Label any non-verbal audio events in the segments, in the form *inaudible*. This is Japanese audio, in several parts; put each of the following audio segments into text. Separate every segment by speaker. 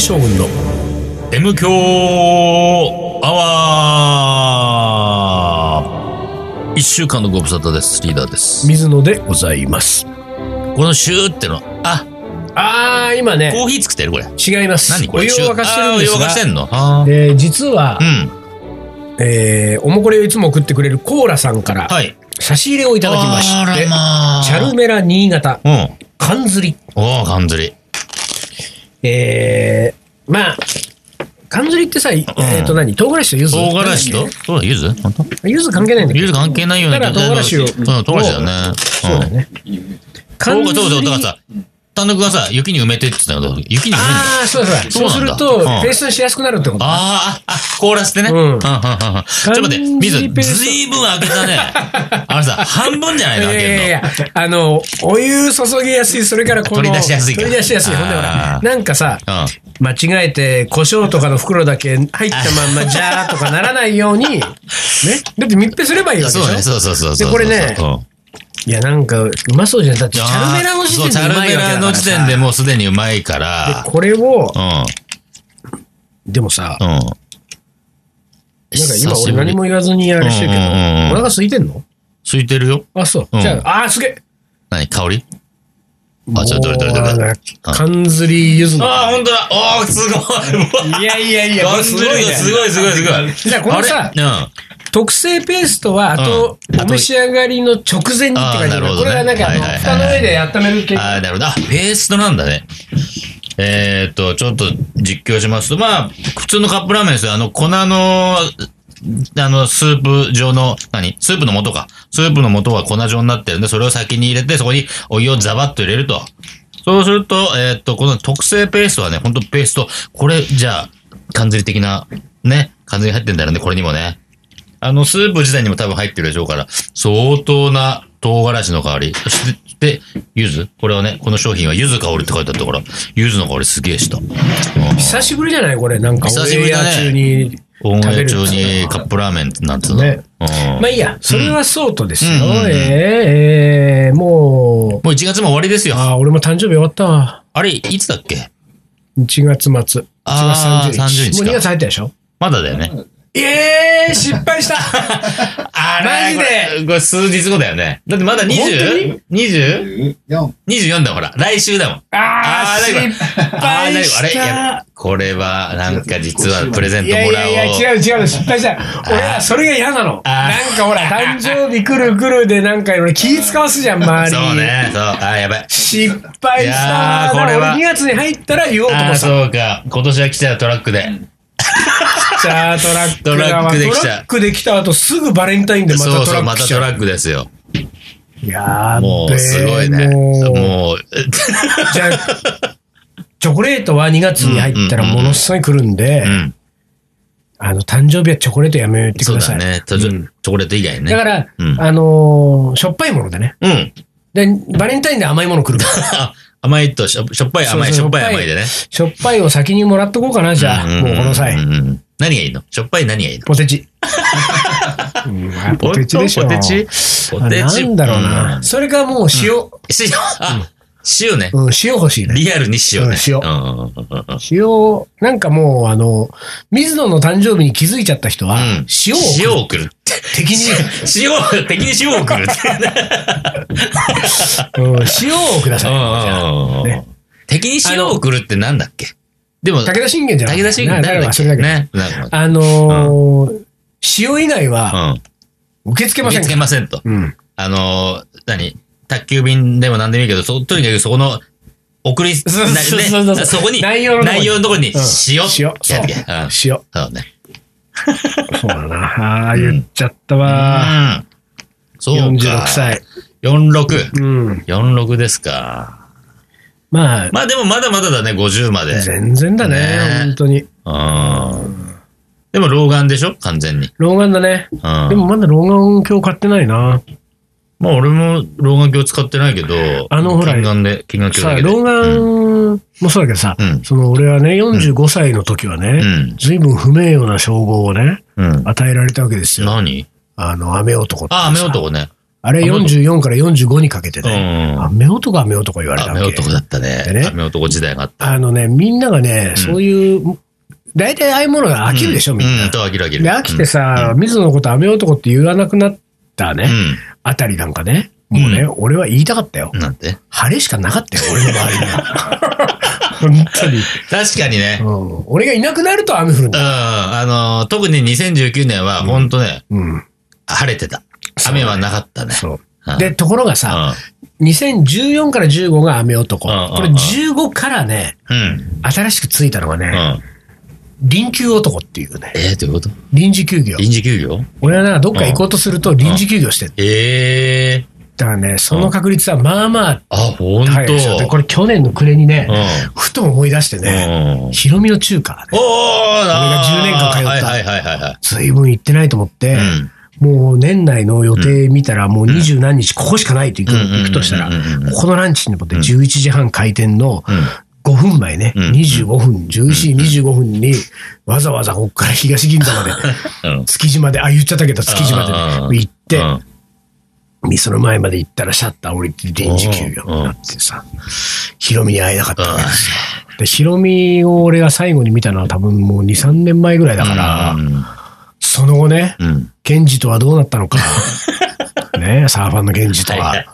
Speaker 1: 将軍の
Speaker 2: M 強アワー一週間のご無沙汰です。リーダーです。
Speaker 1: 水野でございます。
Speaker 2: このシューっての、あ、
Speaker 1: あー、今ね、
Speaker 2: コーヒーつけてるこれ。
Speaker 1: 違います。
Speaker 2: 何これ
Speaker 1: お湯を沸かしてるんです
Speaker 2: あお湯沸
Speaker 1: が
Speaker 2: か、してんのあー
Speaker 1: えー実は
Speaker 2: う、ん。
Speaker 1: えーおもこれをいつも送ってくれるコーラさんから、
Speaker 2: はい。い
Speaker 1: 差し入れをいただきまして、
Speaker 2: まあ、
Speaker 1: チャルメラ新潟、
Speaker 2: うん。
Speaker 1: 缶釣り。
Speaker 2: おー、缶釣り。
Speaker 1: えー、まあ、缶釣りってさ、えっ、と何唐辛子と柚子
Speaker 2: 唐辛子とそうだ、ゆず本当
Speaker 1: 柚子関係ないんだけど。
Speaker 2: ゆず関係ないよね。
Speaker 1: だから唐辛子を
Speaker 2: うん、唐辛子だね。
Speaker 1: そうだよね。
Speaker 2: うん。
Speaker 1: 缶
Speaker 2: そうか、そうか、だからさ、単独がさ、雪に埋めてって言ったんだけど、雪に埋めんの
Speaker 1: ああ、そうだそうだ。そうう
Speaker 2: そ
Speaker 1: す
Speaker 2: なんだ
Speaker 1: ると
Speaker 2: うん、
Speaker 1: ペーストにしやすくなるってこと。
Speaker 2: あーあ、あ、コーラスでね。
Speaker 1: うん
Speaker 2: うんうんうんうんちょっと待って、水
Speaker 1: 漢字ペースト
Speaker 2: ずいぶん開けたね。あれさ、半分じゃな
Speaker 1: い
Speaker 2: いの、
Speaker 1: や
Speaker 2: 開
Speaker 1: いやい
Speaker 2: ける
Speaker 1: や、
Speaker 2: の。
Speaker 1: あの、お湯注ぎやすい、それからこの、
Speaker 2: 取り出しやすいから
Speaker 1: 取り出しやすい。ほんでほ
Speaker 2: あ
Speaker 1: ら、
Speaker 2: ー
Speaker 1: なんかさ、
Speaker 2: うん。
Speaker 1: 間違えて、胡椒とかの袋だけ入ったまんま、じゃーとかならない
Speaker 2: *laughs*
Speaker 1: ように、ね。だって密閉すればいいわけでしょ
Speaker 2: そうね、そうそうそうそうそう。
Speaker 1: でこれね
Speaker 2: うん
Speaker 1: いや、なんか、うまそうじゃん。だって、チャルメラの時点で
Speaker 2: そう
Speaker 1: うまいわけだからさ。
Speaker 2: チャルメラの時点でもうすでにうまいか
Speaker 1: で
Speaker 2: ら。
Speaker 1: これを
Speaker 2: う、ん。
Speaker 1: でもさ、
Speaker 2: うん。
Speaker 1: なんか今
Speaker 2: 久し
Speaker 1: 俺
Speaker 2: ぶり
Speaker 1: 何も言わずにあれしてるけど、
Speaker 2: うんうんうんうん
Speaker 1: お腹空いてんの
Speaker 2: 空いてるよ。
Speaker 1: あ、そう。
Speaker 2: うん
Speaker 1: じゃあ、あー、すげえ
Speaker 2: 何香りあちょどれどれどれ
Speaker 1: もうなんか缶釣り柚子の。
Speaker 2: ああ、ほんとだおー、すごい
Speaker 1: いやいやいや、これ
Speaker 2: す
Speaker 1: す
Speaker 2: ご
Speaker 1: ごい
Speaker 2: い
Speaker 1: ね。
Speaker 2: すごいすごいすごい。
Speaker 1: じゃあこのさ
Speaker 2: あれうん。
Speaker 1: 特製ペーストは、あと、
Speaker 2: うん
Speaker 1: お召し上がりの直前にって
Speaker 2: あ
Speaker 1: 感じ
Speaker 2: ーな
Speaker 1: だ
Speaker 2: るほどね
Speaker 1: これはなんか、
Speaker 2: は
Speaker 1: あ
Speaker 2: い
Speaker 1: の
Speaker 2: はいはい
Speaker 1: 蓋の上で温める系。
Speaker 2: ああ、なるほど。あ、ペーストなんだね。えー、っと、ちょっと実況しますと、まあ、普通のカップラーメンですよ。あの、粉の、あの、スープ状の、何スープの素か。スープの素は粉状になってるんで、それを先に入れて、そこにお湯をザバッと入れると。そうすると、えーっと、この特製ペーストはね、ほんとペースト。これ、じゃあ、缶釣り的な、ね、缶釣り入ってんだろうね、これにもね。あの、スープ自体にも多分入ってるでしょうから、相当な唐辛子の香り。そして、柚子これはね、この商品は柚子香りって書いてあったから、柚子の香りすげえした。うん
Speaker 1: 久しぶりじゃないこれ、なんか、
Speaker 2: 久しぶりだ
Speaker 1: オ
Speaker 2: ね
Speaker 1: ンエア中に。
Speaker 2: オンエア中
Speaker 1: 食べ
Speaker 2: に
Speaker 1: る
Speaker 2: カップラーメンなんつうの。
Speaker 1: ね
Speaker 2: うん
Speaker 1: まあいいや、それはそうとですよ。
Speaker 2: うんうんうんうん
Speaker 1: ええええもう、
Speaker 2: もう1月も終わりですよ。
Speaker 1: ああ、俺も誕生日終わったわ。
Speaker 2: あれ、いつだっけ
Speaker 1: 1月末。1月
Speaker 2: あ
Speaker 1: 30
Speaker 2: ー
Speaker 1: 日。
Speaker 2: 30日か
Speaker 1: もう2月入ったでしょ
Speaker 2: まだだよね。
Speaker 1: ええー、失敗した
Speaker 2: *laughs*
Speaker 1: あマジ
Speaker 2: こ
Speaker 1: で
Speaker 2: れこれ数日後だよね。だってまだ
Speaker 1: 本
Speaker 2: 20?20?24
Speaker 3: 4
Speaker 2: だ、ほら。来週だもん。
Speaker 1: ああ、
Speaker 2: ーだいぶ
Speaker 1: 失敗した
Speaker 2: あーだいぶあれやこれは、なんか実はプレゼン
Speaker 1: い
Speaker 2: ト
Speaker 1: や
Speaker 2: も
Speaker 1: い
Speaker 2: ら
Speaker 1: や
Speaker 2: お
Speaker 1: い
Speaker 2: う。
Speaker 1: や、違う違う、失敗した。俺はそれが嫌なの。
Speaker 2: あー
Speaker 1: なんかほら、誕生日来る来るでなんか俺気使わすじゃん、周りに。
Speaker 2: そうね。そう。あー、やばい。
Speaker 1: 失敗したない
Speaker 2: やーこれは
Speaker 1: だから俺2月に入ったら言おうと
Speaker 2: あ
Speaker 1: 思
Speaker 2: あ、
Speaker 1: ってた。
Speaker 2: そうか。今年は来たトラックで。
Speaker 1: じゃあトラックだわ
Speaker 2: トラックで来た
Speaker 1: トラックで来た後すぐバレンタインでまた
Speaker 2: そう
Speaker 1: ト
Speaker 2: そ
Speaker 1: ラ
Speaker 2: う、
Speaker 1: ッ
Speaker 2: ま
Speaker 1: ク
Speaker 2: た
Speaker 1: 来ちゃ
Speaker 2: ト
Speaker 1: う。
Speaker 2: ラックですよ。
Speaker 1: やーべー
Speaker 2: もう、すごいね。
Speaker 1: もう
Speaker 2: もう、 *laughs*
Speaker 1: じゃあチョコレートは2月に入ったらものすごい来るんで、
Speaker 2: うん。
Speaker 1: あの、誕生日はチョコレートやめてく
Speaker 2: そう
Speaker 1: ださ
Speaker 2: だ
Speaker 1: い。
Speaker 2: ね。チョチ
Speaker 1: うん
Speaker 2: ョチョコレート以外ね。
Speaker 1: だから、
Speaker 2: うん
Speaker 1: あのーしょっぱいものだね。
Speaker 2: うん。 *laughs*
Speaker 1: で、バレンタインで甘いもの来るから。
Speaker 2: 甘いとしょ、しょっぱい甘い、し
Speaker 1: そ
Speaker 2: ょ
Speaker 1: うそう
Speaker 2: っぱい甘いでね。
Speaker 1: しょっぱいを先にもらっとこうかな、じゃあ。もうこの際
Speaker 2: う。んうんうん何がいいのしょっぱい何がいいの
Speaker 1: ポテチ。うんあポテチでしょ。
Speaker 2: ポテチ
Speaker 1: あ
Speaker 2: ポテチ。
Speaker 1: なんだろうな。
Speaker 2: ん
Speaker 1: それかもう塩。
Speaker 2: 塩、
Speaker 1: *laughs*
Speaker 2: あ、塩ね。
Speaker 1: うん、塩欲しいね。
Speaker 2: リアルに塩ね。
Speaker 1: うん塩
Speaker 2: うんうんうんうん
Speaker 1: 塩、なんかもう、あの、水野の誕生日に気づいちゃった人は、
Speaker 2: うん
Speaker 1: 塩を
Speaker 2: 塩を送る。
Speaker 1: 敵に、
Speaker 2: *laughs* 塩、敵に塩を送るっていうね。
Speaker 1: うん塩をください。
Speaker 2: うんうんうんうん
Speaker 1: ね
Speaker 2: 敵に塩を送るってなんだっけでも、
Speaker 1: 武田信玄じゃない
Speaker 2: 武田信玄
Speaker 1: 誰
Speaker 2: 誰だ
Speaker 1: が
Speaker 2: っ
Speaker 1: そ
Speaker 2: け
Speaker 1: れだけ。
Speaker 2: ね。なんか
Speaker 1: あのー塩以外は
Speaker 2: うん。
Speaker 1: 受け付けま
Speaker 2: 受
Speaker 1: せ
Speaker 2: け
Speaker 1: ん
Speaker 2: 付けませんと。
Speaker 1: うん。
Speaker 2: あのー、何宅急便でも何でもいいけど、そ、とにかくそこの、送り、
Speaker 1: そう
Speaker 2: な
Speaker 1: そう
Speaker 2: ね
Speaker 1: そうそう
Speaker 2: そこに、
Speaker 1: 内容のとこに
Speaker 2: 内容のところに
Speaker 1: うん
Speaker 2: 塩。
Speaker 1: 塩
Speaker 2: ってやっとけうん
Speaker 1: 塩。
Speaker 2: そうね。
Speaker 1: そうだな。ああ、言っちゃったわ。
Speaker 2: うん。そうか。
Speaker 1: 46。歳。
Speaker 2: 46。
Speaker 1: うん。
Speaker 2: 46ですか。
Speaker 1: まあ、
Speaker 2: まあでもまだまだだね、50まで。
Speaker 1: 全然だね、
Speaker 2: ね
Speaker 1: 本当に。
Speaker 2: うん。でも老眼でしょ完全に。
Speaker 1: 老眼だね。
Speaker 2: うん。
Speaker 1: でもまだ老眼鏡買ってないな。
Speaker 2: まあ俺も老眼鏡使ってないけど、
Speaker 1: あのほら
Speaker 2: 近眼で、近眼
Speaker 1: さ
Speaker 2: 鏡だ
Speaker 1: あ、
Speaker 2: けで。
Speaker 1: 老眼もそうだけどさ、
Speaker 2: うん
Speaker 1: その俺はね、45歳の時は
Speaker 2: う
Speaker 1: ね、
Speaker 2: ん。
Speaker 1: 随分不名誉な称号をね、
Speaker 2: うん。
Speaker 1: 与えられたわけですよ。
Speaker 2: 何
Speaker 1: あの、雨男ってさ
Speaker 2: あ、雨。男ね。
Speaker 1: あれ44から45にかけてね
Speaker 2: う、ん
Speaker 1: 雨男雨男言われた
Speaker 2: あ
Speaker 1: わ
Speaker 2: 雨
Speaker 1: け。
Speaker 2: 男だったね
Speaker 1: でね。
Speaker 2: 雨男時代があった。
Speaker 1: あのね、みんながね、そういう、大体ああいうものが飽きるでしょ、
Speaker 2: うん
Speaker 1: みんな。
Speaker 2: うん、と飽きる飽きる。
Speaker 1: で、飽きてさ、水野のこと雨男って言わなくなった
Speaker 2: うん、う
Speaker 1: ね、あたりなんかね、もうね、俺は言いたかったよ
Speaker 2: ん。。なんて
Speaker 1: 晴れしかなかったよ、俺の
Speaker 2: *laughs*
Speaker 1: 周りには。本当に。
Speaker 2: 確かにね。
Speaker 1: うん。俺がいなくなると雨降るん
Speaker 2: うん、
Speaker 1: だ。
Speaker 2: あのー、特に2019年は、ほんとね、
Speaker 1: うん。
Speaker 2: 晴れてた。
Speaker 1: そう
Speaker 2: 雨はなかったね。
Speaker 1: そうう。
Speaker 2: ん
Speaker 1: で、ところが
Speaker 2: う
Speaker 1: さ、2014から15が雨男。
Speaker 2: うんうんうん
Speaker 1: これ15からね、
Speaker 2: ん。うん。
Speaker 1: 新しくついたのが
Speaker 2: う
Speaker 1: ね、
Speaker 2: ん。
Speaker 1: 臨休男っていうね、
Speaker 2: えー、どういうこと
Speaker 1: 臨時休業。
Speaker 2: 臨時休業
Speaker 1: 俺はな、どっか行こうとすると臨時休業してる。
Speaker 2: ええー。
Speaker 1: だからね、その確率はまあまあ
Speaker 2: あ、ほんと。
Speaker 1: 高いですよ。で、これ去年の暮れにね
Speaker 2: うん、。
Speaker 1: ふと思い出してね、
Speaker 2: うん。
Speaker 1: ヒロミの中華、
Speaker 2: おーあー
Speaker 1: 俺が10年間通った
Speaker 2: はいはいはいはい。
Speaker 1: ずいぶん行ってないと思って、もう年内の予定見たら、もう二十何日、ここしかないと行く,、
Speaker 2: うんうんうんうん
Speaker 1: 行くとしたら、
Speaker 2: うんうんうん
Speaker 1: ここのランチにもって11時半開店の
Speaker 2: うん。うん。
Speaker 1: 5分前ね、
Speaker 2: うん
Speaker 1: 25分、11時25分に、わざわざここから東銀座ま
Speaker 2: *laughs*
Speaker 1: で、
Speaker 2: うん。
Speaker 1: 築地まで、あ、言っちゃったけど、築地まで
Speaker 2: あ
Speaker 1: ね
Speaker 2: ー
Speaker 1: 行って、
Speaker 2: うん
Speaker 1: 店の前まで行ったらシャッター降りて臨時休業になってさ、ヒロミに会えなかったわけですよ。で、ヒロミを俺が最後に見たのは多分もう2、3年前ぐらいだから、その後ね、
Speaker 2: うん。
Speaker 1: ケンジとはどうなった
Speaker 2: *laughs*
Speaker 1: のか。ねサーファーのケンジと
Speaker 2: は。
Speaker 1: はい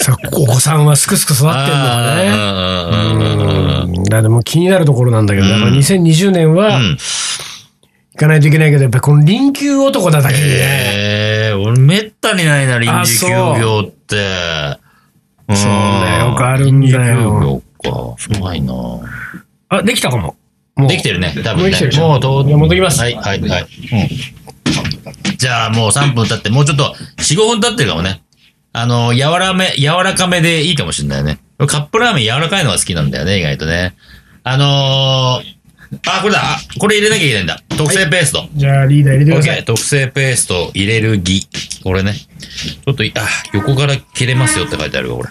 Speaker 1: さお子さんはすくすく育ってんのかね。
Speaker 2: ね。
Speaker 1: うんだからもう気になるところなんだけど、やっぱ2020年は
Speaker 2: うん
Speaker 1: 行かないといけないけど、やっぱりこの臨休男だだけにね。
Speaker 2: ええ、俺めったにないな、臨
Speaker 1: あ
Speaker 2: 時
Speaker 1: そ
Speaker 2: 休
Speaker 1: う
Speaker 2: 業って。うん
Speaker 1: そうねよくあるんだよ。
Speaker 2: 臨時休業か。うまいな。
Speaker 1: あ、できたかも。もう
Speaker 2: できてるね、多
Speaker 1: もう
Speaker 2: 分
Speaker 1: できて
Speaker 2: ね
Speaker 1: るで。しょ
Speaker 2: もうと
Speaker 1: いや戻ります
Speaker 2: はい、はい、はい。うんじゃあもう3分経って、もうちょっと4、5分経ってるかもね。あの、柔らめ、柔らかめでいいかもしれないね。俺カップラーメン柔らかいのが好きなんだよね、意外とね。あのー、あ、これだ、あこれ入れなきゃいけないんだ。特製ペースト。
Speaker 1: じゃあリーダー入れてく
Speaker 2: オ
Speaker 1: だ
Speaker 2: ッケ
Speaker 1: さ
Speaker 2: ー
Speaker 1: い。
Speaker 2: 特製ペースト入れるぎ。これね。ちょっとい、あ、横から切れますよって書いてあるわ、これ。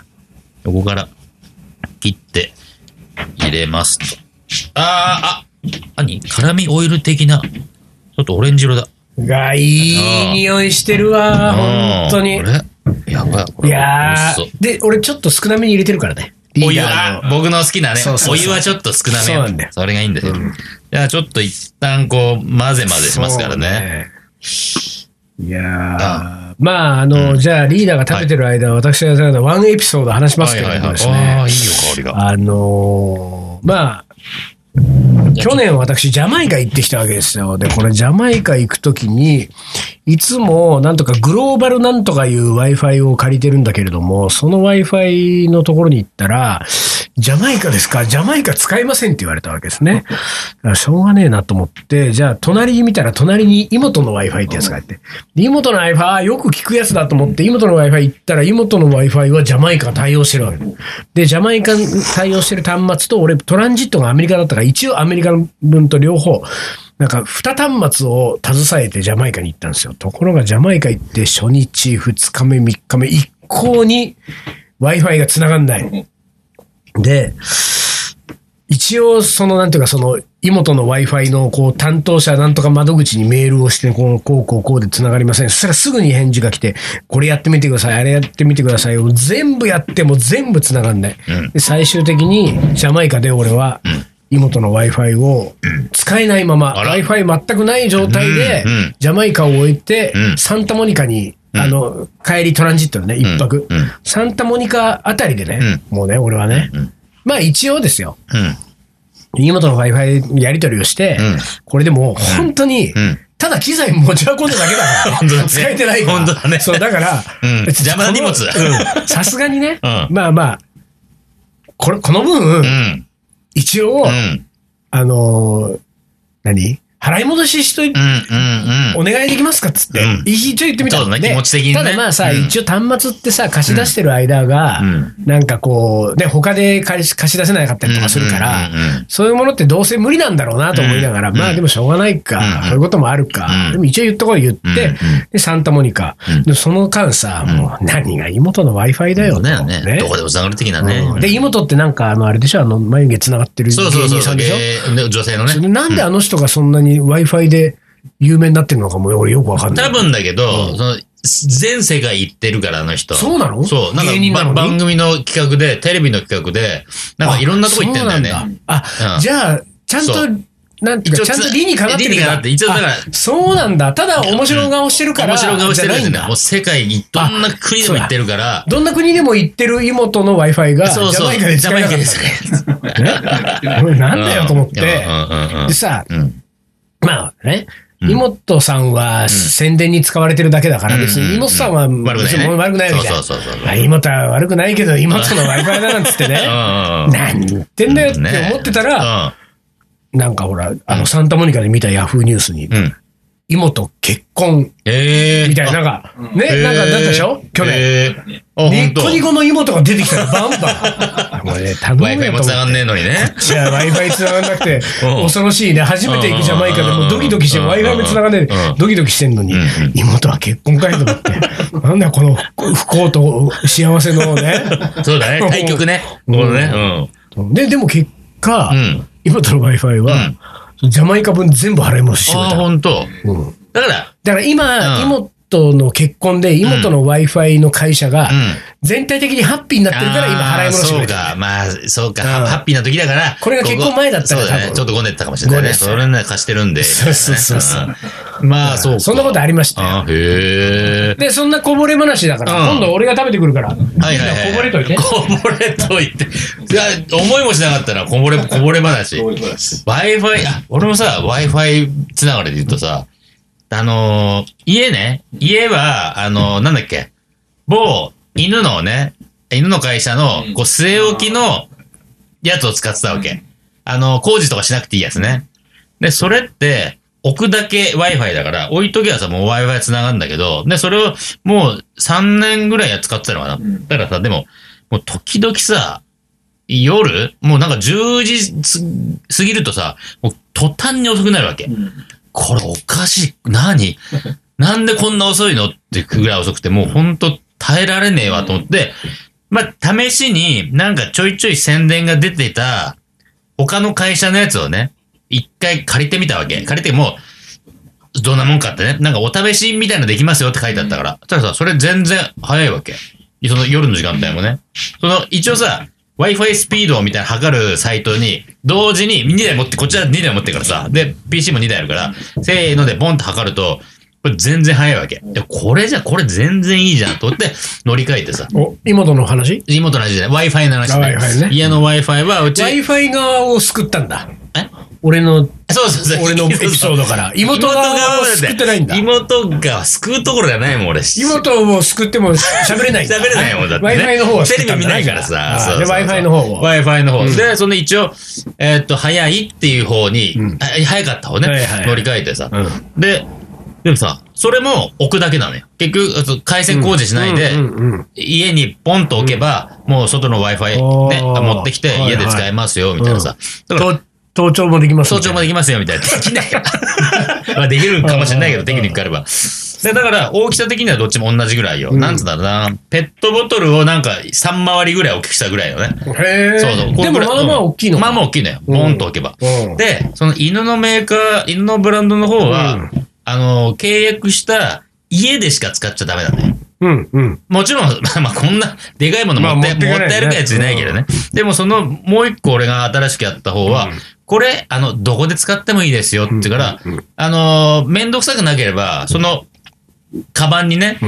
Speaker 2: 横から切って入れますと。あー、あ、何辛味オイル的な。ちょっとオレンジ色だ。
Speaker 1: が、いい匂いしてるわ、本当に
Speaker 2: あ。ーこれやばい。
Speaker 1: い
Speaker 2: これ
Speaker 1: や
Speaker 2: 美味し
Speaker 1: ー、で、俺ちょっと少なめに入れてるからね。
Speaker 2: そう
Speaker 1: リー
Speaker 2: お湯
Speaker 1: ダ
Speaker 2: は
Speaker 1: ー、の
Speaker 2: 僕の好きなね
Speaker 1: そうそうそう
Speaker 2: お湯はちょっと少なめ。
Speaker 1: そうなんだよ
Speaker 2: それがいいんだよ。じゃあちょっと一旦こう、混ぜ混ぜしますからね。
Speaker 1: そうね。いやーまあ、あの、じゃあリーダーが食べてる間、私がさワンエピソード話しますけれどもですね。
Speaker 2: ああー、いいよ、香りが。
Speaker 1: あのーまあ、去年私、ジャマイカ行ってきたわけですよ。で、これ、ジャマイカ行くときに、いつも、なんとかグローバルなんとかいう Wi-Fi を借りてるんだけれども、その Wi-Fi のところに行ったら、ジャマイカですかジャマイカ使えませんって言われたわけですね。だからしょうがねえなと思って、じゃあ、隣に見たら、隣に妹の Wi-Fi ってやつがあって、で妹の Wi-Fi、あよく聞くやつだと思って、妹の Wi-Fi 行ったら、妹の Wi-Fi はジャマイカ対応してるわけ。で、ジャマイカ対応してる端末と、俺、トランジットがアメリカだったから、一応アメリカの分と両方、なんか、二端末を携えてジャマイカに行ったんですよ。ところが、ジャマイカ行って、初日、二日目、三日目、一向に Wi-Fi が繋がんない。で、一応、その、なんていうか、その、妹の Wi-Fi の、こう、担当者なんとか窓口にメールをして、こう、こう、こう、こうで繋がりません。そしたらすぐに返事が来て、これやってみてください、あれやってみてください。全部やっても全部繋がんない。
Speaker 2: うん
Speaker 1: で最終的に、ジャマイカで俺は、妹の Wi-Fi を使えないまま、
Speaker 2: あら
Speaker 1: Wi-Fi 全くない状態で
Speaker 2: うんうん、
Speaker 1: ジャマイカを置いて、
Speaker 2: うん
Speaker 1: サンタモニカに、あの、帰りトランジットでね、一泊、
Speaker 2: うんうん
Speaker 1: サンタモニカあたりでね、もうね、俺はね、
Speaker 2: うん
Speaker 1: まあ一応ですよ。
Speaker 2: うん。
Speaker 1: 妹の Wi-Fi にやり取りをして、
Speaker 2: うん
Speaker 1: これでもう本当に、
Speaker 2: うん
Speaker 1: ただ機材持ち運んだだけだから、
Speaker 2: 本当だね
Speaker 1: 使えてないから。
Speaker 2: 本当だね
Speaker 1: そう、だから、
Speaker 2: うん邪魔な荷物
Speaker 1: このうんさすがにね、
Speaker 2: うん
Speaker 1: まあまあ、これ、この分、
Speaker 2: うん。
Speaker 1: 一応、
Speaker 2: うん。
Speaker 1: あのー何払い戻ししといて、
Speaker 2: うんうん
Speaker 1: お願いできますかっつって、
Speaker 2: うん
Speaker 1: 一応言ってみた
Speaker 2: そうだね
Speaker 1: で
Speaker 2: 気持ち的にね
Speaker 1: ただまあさ、
Speaker 2: うん
Speaker 1: 一応端末ってさ、貸し出してる間が、
Speaker 2: うん
Speaker 1: なんかこう、ね、他で貸し貸し出せなかったりとかするから、
Speaker 2: うんうんうんうん
Speaker 1: そういうものってどうせ無理なんだろうなと思いながら、
Speaker 2: うん
Speaker 1: まあでもしょうがないか、
Speaker 2: うん
Speaker 1: そういうこともあるか、
Speaker 2: うん
Speaker 1: でも一応言っとこう言って、
Speaker 2: うんうん
Speaker 1: で、サンタモニカ。
Speaker 2: うん
Speaker 1: でもその間さ、もう何が妹の Wi-Fi だよ
Speaker 2: そ
Speaker 1: と。
Speaker 2: うだよね。どこでも繋がる的なね。
Speaker 1: うんで、妹ってなんか、あの、あれでしょ、あの、眉毛繋がってる芸
Speaker 2: そうそうそ
Speaker 1: 人
Speaker 2: うそ
Speaker 1: さ
Speaker 2: う。
Speaker 1: んでしょ
Speaker 2: えーで女性の
Speaker 1: それ
Speaker 2: ね。
Speaker 1: なんであの人がそんなに Wi-Fi で有名になってるのかも俺よくわかんない。
Speaker 2: 多分だけど、その全世界行ってるから、あの人。
Speaker 1: そうなの
Speaker 2: そう。なんか
Speaker 1: 芸人なのに
Speaker 2: ば番組の企画で、テレビの企画で、なんかいろんなとこ行ってんだよね。
Speaker 1: あそうなんだあ、
Speaker 2: うん
Speaker 1: じゃあ、ちゃんと
Speaker 2: そ、
Speaker 1: なんていうか、
Speaker 2: 一
Speaker 1: ち
Speaker 2: 応
Speaker 1: ゃんと理にかなってる
Speaker 2: 理にかなって一応だから
Speaker 1: あそうなんだ。ただ面白顔してるから。
Speaker 2: 面白顔してる
Speaker 1: じゃ
Speaker 2: ん
Speaker 1: ないん
Speaker 2: だよ。も
Speaker 1: だ
Speaker 2: う。世界にどんな国でも行ってるから。
Speaker 1: どんな国でも行ってる妹の Wi-Fi が、
Speaker 2: そうそう。
Speaker 1: ジャマイカで使えなかった
Speaker 2: ジャマイカで使えなかっ
Speaker 1: ね俺なんだよと思って。
Speaker 2: うんうんうんうん
Speaker 1: でさ、
Speaker 2: うん
Speaker 1: まあね、
Speaker 2: ん
Speaker 1: 妹さんは宣伝に使われてるだけだから、別
Speaker 2: うんうんう
Speaker 1: に
Speaker 2: ん
Speaker 1: 妹さんは
Speaker 2: 悪くない
Speaker 1: 別
Speaker 2: ね
Speaker 1: に悪くないわけじゃん。
Speaker 2: そうそうそうそう
Speaker 1: まあ妹は悪くないけど、妹の Wi-Fi だなんつって
Speaker 2: *laughs*
Speaker 1: ね。
Speaker 2: うんうん
Speaker 1: 何言ってんだよって思ってたら、なんかほら、あの、サンタモニカで見たヤフーニュースに
Speaker 2: う、ん。うん。
Speaker 1: 妹結婚
Speaker 2: ええ。
Speaker 1: みたいな、なんか、ね、なんかだったでしょ去年。
Speaker 2: 年。あ、
Speaker 1: ニ
Speaker 2: 本当。
Speaker 1: ッコニコの妹が出てきたらバン
Speaker 2: *laughs*
Speaker 1: バン。これ頼む
Speaker 2: Wi-Fi
Speaker 1: よ
Speaker 2: も
Speaker 1: と思
Speaker 2: 繋が
Speaker 1: っ
Speaker 2: ん
Speaker 1: て。
Speaker 2: ねえの
Speaker 1: *laughs*
Speaker 2: にね。
Speaker 1: じゃあ Wi-Fi 繋がんなくて、
Speaker 2: うん
Speaker 1: 恐ろしいね。初めて行くジャマイカでもうドキドキして、
Speaker 2: うん
Speaker 1: Wi-Fi も繋がんね
Speaker 2: う
Speaker 1: え
Speaker 2: ん。
Speaker 1: ドキドキしてんのに
Speaker 2: うん、
Speaker 1: 妹は結婚かいと思って。なんだよこの不不幸と幸せの
Speaker 2: *laughs*
Speaker 1: ね。
Speaker 2: そうだね。対局ね。
Speaker 1: うん
Speaker 2: このね。
Speaker 1: で、でも結果
Speaker 2: う、ん。
Speaker 1: 妹の Wi-Fi は、ジャマイカ分全部払い戻し
Speaker 2: う
Speaker 1: てく
Speaker 2: ん。
Speaker 1: れ
Speaker 2: ああ、
Speaker 1: た。
Speaker 2: 本当。
Speaker 1: うん
Speaker 2: だから、
Speaker 1: だから今、
Speaker 2: うん
Speaker 1: 妹の結婚で、妹の Wi-Fi の会社が
Speaker 2: うん、
Speaker 1: 全体的にハッピーになってるから、今、払い戻し
Speaker 2: あ
Speaker 1: て
Speaker 2: ーそう
Speaker 1: くれた
Speaker 2: か。まあ、そうか。
Speaker 1: うん
Speaker 2: ハッピーな時だから。
Speaker 1: これが結婚前だったら
Speaker 2: そうだ
Speaker 1: 多
Speaker 2: ね。
Speaker 1: 分
Speaker 2: ちょっとごねてたかもしれない
Speaker 1: ごね
Speaker 2: ね。
Speaker 1: てた
Speaker 2: それなら貸してるんで。
Speaker 1: そうそうそうそうん
Speaker 2: まあ、そうか。
Speaker 1: そんなことありましたよ
Speaker 2: あへえ。
Speaker 1: で、そんなこぼれ話だから、
Speaker 2: うん
Speaker 1: 今度俺が食べてくるから、
Speaker 2: はいはいはい。
Speaker 1: こぼれといて。
Speaker 2: こぼれといて。いや、思いもしなかったな、こぼれ、こぼれ
Speaker 1: *laughs*
Speaker 2: 話。Wi-Fi、あ、俺もさ、Wi-Fi つながりで言うとさ、あのー家ね、家は、あのーなんだっけ、某犬のね、犬の会社の、こう、据え置きのやつを使ってたわけ。あのー工事とかしなくていいやつね。で、それって、置くだけ Wi-Fi だから、置いときはさ、もう Wi-Fi 繋がるんだけど、で、それをもう3年ぐらい使ってたのかな。だからさ、でも、もう時々さ、夜、もうなんか10時す過ぎるとさ、もう途端に遅くなるわけ。これおかしい。何 *laughs* なんでこんな遅いのってくぐらい遅くて、もうほんと耐えられねえわと思って、まあ、試しになんかちょいちょい宣伝が出てた他の会社のやつをね、一回借りてみたわけ。借りてもう、どんなもんかってね、なんかお試しみたいなのできますよって書いてあったから。たださ、それ全然早いわけ。その夜の時間帯もね。その、一応さ、Wi-Fi スピードみたいな測るサイトに、同時に2台持って、こっちは2台持ってるからさ、で、PC も2台あるから、せーのでボンと測ると、これ全然早いわけ。で、これじゃ、これ全然いいじゃんと思って乗り換えてさ、
Speaker 1: お、妹の話
Speaker 2: 妹の話じゃない ?Wi-Fi の話ね。
Speaker 1: あ Wi-Fi ね
Speaker 2: 家の Wi-Fi はうち、
Speaker 1: ?Wi-Fi 側を救ったんだ。
Speaker 2: え
Speaker 1: 俺の、
Speaker 2: そうそうそう。
Speaker 1: 俺のエピソードから妹側は救ってないんだ
Speaker 2: 妹が救うところじゃないもん、俺。
Speaker 1: 妹を救っても喋れないんだ。
Speaker 2: 喋れないもんだって、ね。
Speaker 1: Wi-Fi の方は
Speaker 2: テ
Speaker 1: 救
Speaker 2: レ
Speaker 1: った
Speaker 2: ビ
Speaker 1: ん
Speaker 2: 見
Speaker 1: だ
Speaker 2: ないからさ。
Speaker 1: あ
Speaker 2: そ
Speaker 1: ー
Speaker 2: う
Speaker 1: で、
Speaker 2: そうそう
Speaker 1: Wi-Fi の方を。
Speaker 2: Wi-Fi の方。で、その一応、えーっと、早いっていう方に、あ早かった方ね、
Speaker 1: はいはい
Speaker 2: 乗り換えてさ、
Speaker 1: う
Speaker 2: で、でもさ、それも置くだけなのよ。結局あと、回線工事しないで、
Speaker 1: うんうんうん
Speaker 2: 家にポンと置けば、もう外の Wi-Fi
Speaker 1: おー
Speaker 2: ね、持ってきて
Speaker 1: はいはい
Speaker 2: 家で使えますよ、みたいなさ。だから
Speaker 1: と盗聴もできます
Speaker 2: 早
Speaker 1: みた
Speaker 2: 朝
Speaker 1: いな。
Speaker 2: まで行きますよ、みたいな。できない。まあできるかもしれないけど、テクニックあれば。で、だから、大きさ的にはどっちも同じぐらいよ。なんつうんだろうな。ペットボトルをなんか3回りぐらい大きくしたぐらいよね。
Speaker 1: へー
Speaker 2: そうそう。
Speaker 1: で
Speaker 2: これ
Speaker 1: も、まあまあ
Speaker 2: うん
Speaker 1: 大きいの。
Speaker 2: まあまあ大きいのよ。
Speaker 1: うん
Speaker 2: ボンと置けば。
Speaker 1: うん
Speaker 2: で、その犬のメーカー、犬のブランドの方
Speaker 1: う
Speaker 2: は
Speaker 1: ん、
Speaker 2: あの、契約した家でしか使っちゃダメだね。
Speaker 1: うんうん。
Speaker 2: もちろん、 *laughs* まあまあ、こんな、でかいもの持っ
Speaker 1: まあ持
Speaker 2: て、
Speaker 1: ってか
Speaker 2: 持
Speaker 1: ないね
Speaker 2: って歩くやついないけどね。でも、その、もう一個俺が新しくやった方は、これ、あの、どこで使ってもいいですよって言うから、あのー、めんどくさくなければ、その、カバンにね、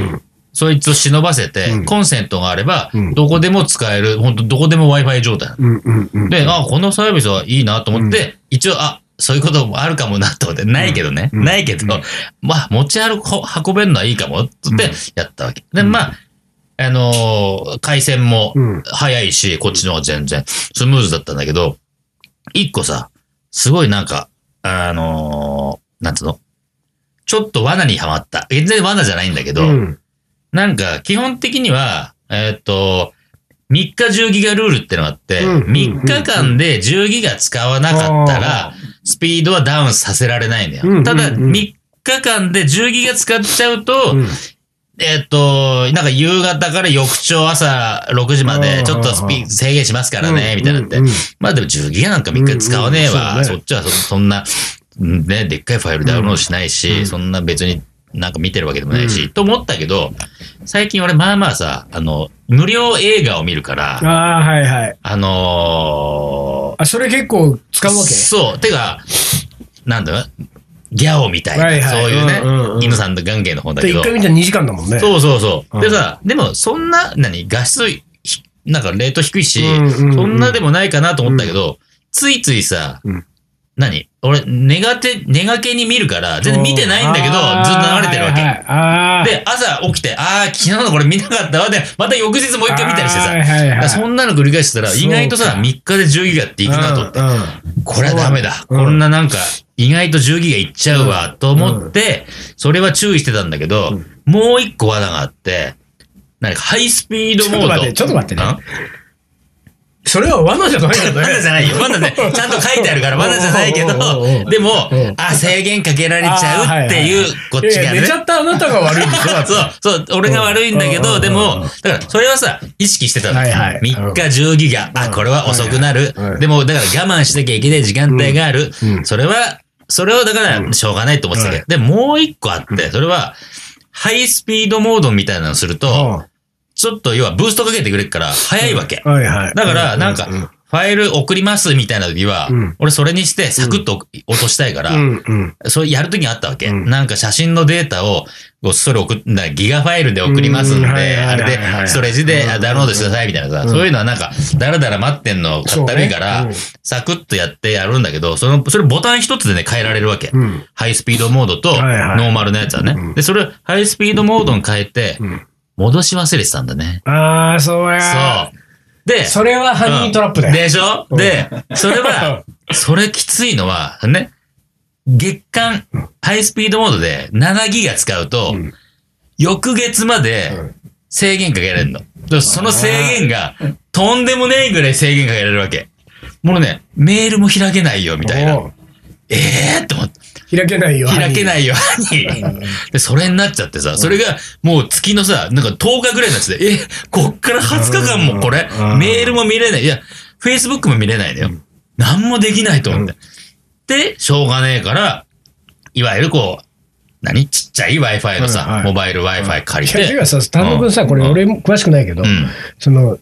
Speaker 2: そいつを忍ばせて、コンセントがあれば、どこでも使える、本当どこでも Wi-Fi 状態なの。
Speaker 1: うんうんうん。
Speaker 2: で、あ、このサービスはいいなと思って、一応、あ、そういうこともあるかもなと思って、ないけどね、ないけど、まあ、持ち歩く、運べるのはいいかも、つってやったわけ。で、まあ、あのー回線も
Speaker 1: うん
Speaker 2: 早いし、こっちの方が全然スムーズだったんだけど、一個さ、すごいなんか、あのーなんつうのちょっと罠にはまった。全然罠じゃないんだけど、
Speaker 1: うん
Speaker 2: なんか、基本的には、えーっと、3日10ギガルールってのがあって、
Speaker 1: うん
Speaker 2: 3日間で10ギガ使わなかったら、スピードはダウンさせられないんだ
Speaker 1: うんうんう
Speaker 2: よ。
Speaker 1: ん
Speaker 2: ただ、3日間で10ギガ使っちゃうと、
Speaker 1: うん
Speaker 2: えーっと、なんか夕方から翌朝朝6時ま
Speaker 1: う
Speaker 2: で
Speaker 1: ん、
Speaker 2: ちょっとスピード制限しますからね、みたいなって
Speaker 1: うんうん。
Speaker 2: まあでも10ギガなんか3日使わねえ
Speaker 1: うん
Speaker 2: わ。
Speaker 1: うん
Speaker 2: そ
Speaker 1: そうね
Speaker 2: っちはそそんな、ね、でっかいファイルダウンロードしないし、そんな別になんか見てるわけでもないし、と思ったけど、最近俺まあまあさ、あの、無料映画を見るから、あ、
Speaker 1: ああ、はいはい。
Speaker 2: の
Speaker 1: あ、それ結構使うわけ
Speaker 2: そう。てか、なんだろうギャオみたいな、
Speaker 1: はいはい
Speaker 2: そういうね、
Speaker 1: うんうんうん
Speaker 2: 犬さんとガンゲーの方だ
Speaker 1: で
Speaker 2: けど
Speaker 1: 一。回見たら2時間だもんね。う。
Speaker 2: そうそうそう。
Speaker 1: うん
Speaker 2: でさ、でもそんな、何、画質ひ、なんかレート低いし、
Speaker 1: うんうんうん
Speaker 2: そんなでもないかなと思ったけど、ついついさ、
Speaker 1: うん
Speaker 2: 何俺、寝がて、寝がけに見るから、全然見てないんだけど、
Speaker 1: あー
Speaker 2: ずっと流れてるわけ。
Speaker 1: はいはいああ。
Speaker 2: で、朝起きて、ああ、昨日のこれ見なかったわ。で、また翌日もう一回見たりしてさ。
Speaker 1: はいはいはい
Speaker 2: だからそんなの繰り返してたら、
Speaker 1: そうか
Speaker 2: 意外とさ、3日で10ギガっていくなと思って。
Speaker 1: うん
Speaker 2: これはダメだ。
Speaker 1: うん
Speaker 2: こんななんか、意外と10ギガいっちゃうわ、と思って、それは注意してたんだけど、もう一個罠があって、なんかハイスピードモード。
Speaker 1: ちょっと待ってちょっと待ってね
Speaker 2: ん
Speaker 1: それは罠じゃないよね。
Speaker 2: 罠じゃないよ。罠ね。ちゃんと書いてあるから罠じゃないけ
Speaker 1: おうおうおうおうお
Speaker 2: ど、
Speaker 1: う
Speaker 2: でも
Speaker 1: うん、
Speaker 2: あ、制限かけられちゃうっていう、こっ
Speaker 1: い
Speaker 2: ち
Speaker 1: やい
Speaker 2: が
Speaker 1: や
Speaker 2: ね
Speaker 1: 寝ち。ゃったあなたが悪いんでしょだって
Speaker 2: そう、そう、俺が悪いんだけ
Speaker 1: う
Speaker 2: ど、
Speaker 1: ん
Speaker 2: で
Speaker 1: うん
Speaker 2: も、だから、それはさ、意識してたの。
Speaker 1: はいはい
Speaker 2: 3日10ギガ。あ、これは遅くなる
Speaker 1: はいはい。
Speaker 2: でも、だから我慢しなきゃいけない時間帯がある
Speaker 1: うんう。ん
Speaker 2: それは、それをだから、しょうがないと思ってたけど。で、もう一個あって、それは、ハイスピードモードみたいなのすると、ちょっと要はブーストかけてくれるから、早いわけ。
Speaker 1: はいはい。
Speaker 2: だから、なんか、
Speaker 1: うう
Speaker 2: ファイル送りますみたいな時は
Speaker 1: うん、
Speaker 2: 俺それにしてサクッと落としたいから
Speaker 1: う、んうん。
Speaker 2: そうやるときあったわけ。
Speaker 1: うん
Speaker 2: なんか写真のデータを、こうそれ送っなギガファイルで送りますんで、
Speaker 1: うんはいはいは
Speaker 2: あ
Speaker 1: い
Speaker 2: れ
Speaker 1: はい
Speaker 2: で、ストレージであダウンロードしてくださいみたいなさ、そういうのはなんか、だらだら待ってんのかったるいから、
Speaker 1: そうねうん
Speaker 2: サクッとやってやるんだけど、その、それボタン一つでね、変えられるわけ。
Speaker 1: うん
Speaker 2: ハイスピードモードと、ノ
Speaker 1: はいはい
Speaker 2: ーマルのやつはね。
Speaker 1: うん
Speaker 2: で、それ、ハイスピードモードに変えて、
Speaker 1: うん
Speaker 2: 戻し忘れてたんだね。
Speaker 1: ああ、そり
Speaker 2: そ
Speaker 1: ゃ。
Speaker 2: う。で、
Speaker 1: それはハニートラップだよ。
Speaker 2: でしょ
Speaker 1: うん
Speaker 2: で、それは、それきついのは、ね、月間、ハイスピードモードで7ギガ使うと、
Speaker 1: うん
Speaker 2: 翌月まで
Speaker 1: うん
Speaker 2: 制限かけられるの。でその制限が、とんでもねえぐらい制限かけられるわけ。もうね、メールも開けないよ、みたいな。
Speaker 1: おう
Speaker 2: ええーって思って、
Speaker 1: 開けないよ。。
Speaker 2: 開けないいよ、兄で、それになっちゃってさ、それがもう月のさ、なんか10日ぐらいになってて、え、こっから20日間もこれ
Speaker 1: うん、
Speaker 2: メールも見れない。いや、Facebook も見れないのよ。なんもできないと思って。で、しょうがねえから、いわゆるこう、何ちっちゃい Wi-Fi のさ、
Speaker 1: うんはい
Speaker 2: モバイル Wi-Fi 借り
Speaker 1: いや、
Speaker 2: て。
Speaker 1: てかさ、丹野くんさ、これ俺も詳しくないけど
Speaker 2: う、ん。
Speaker 1: その、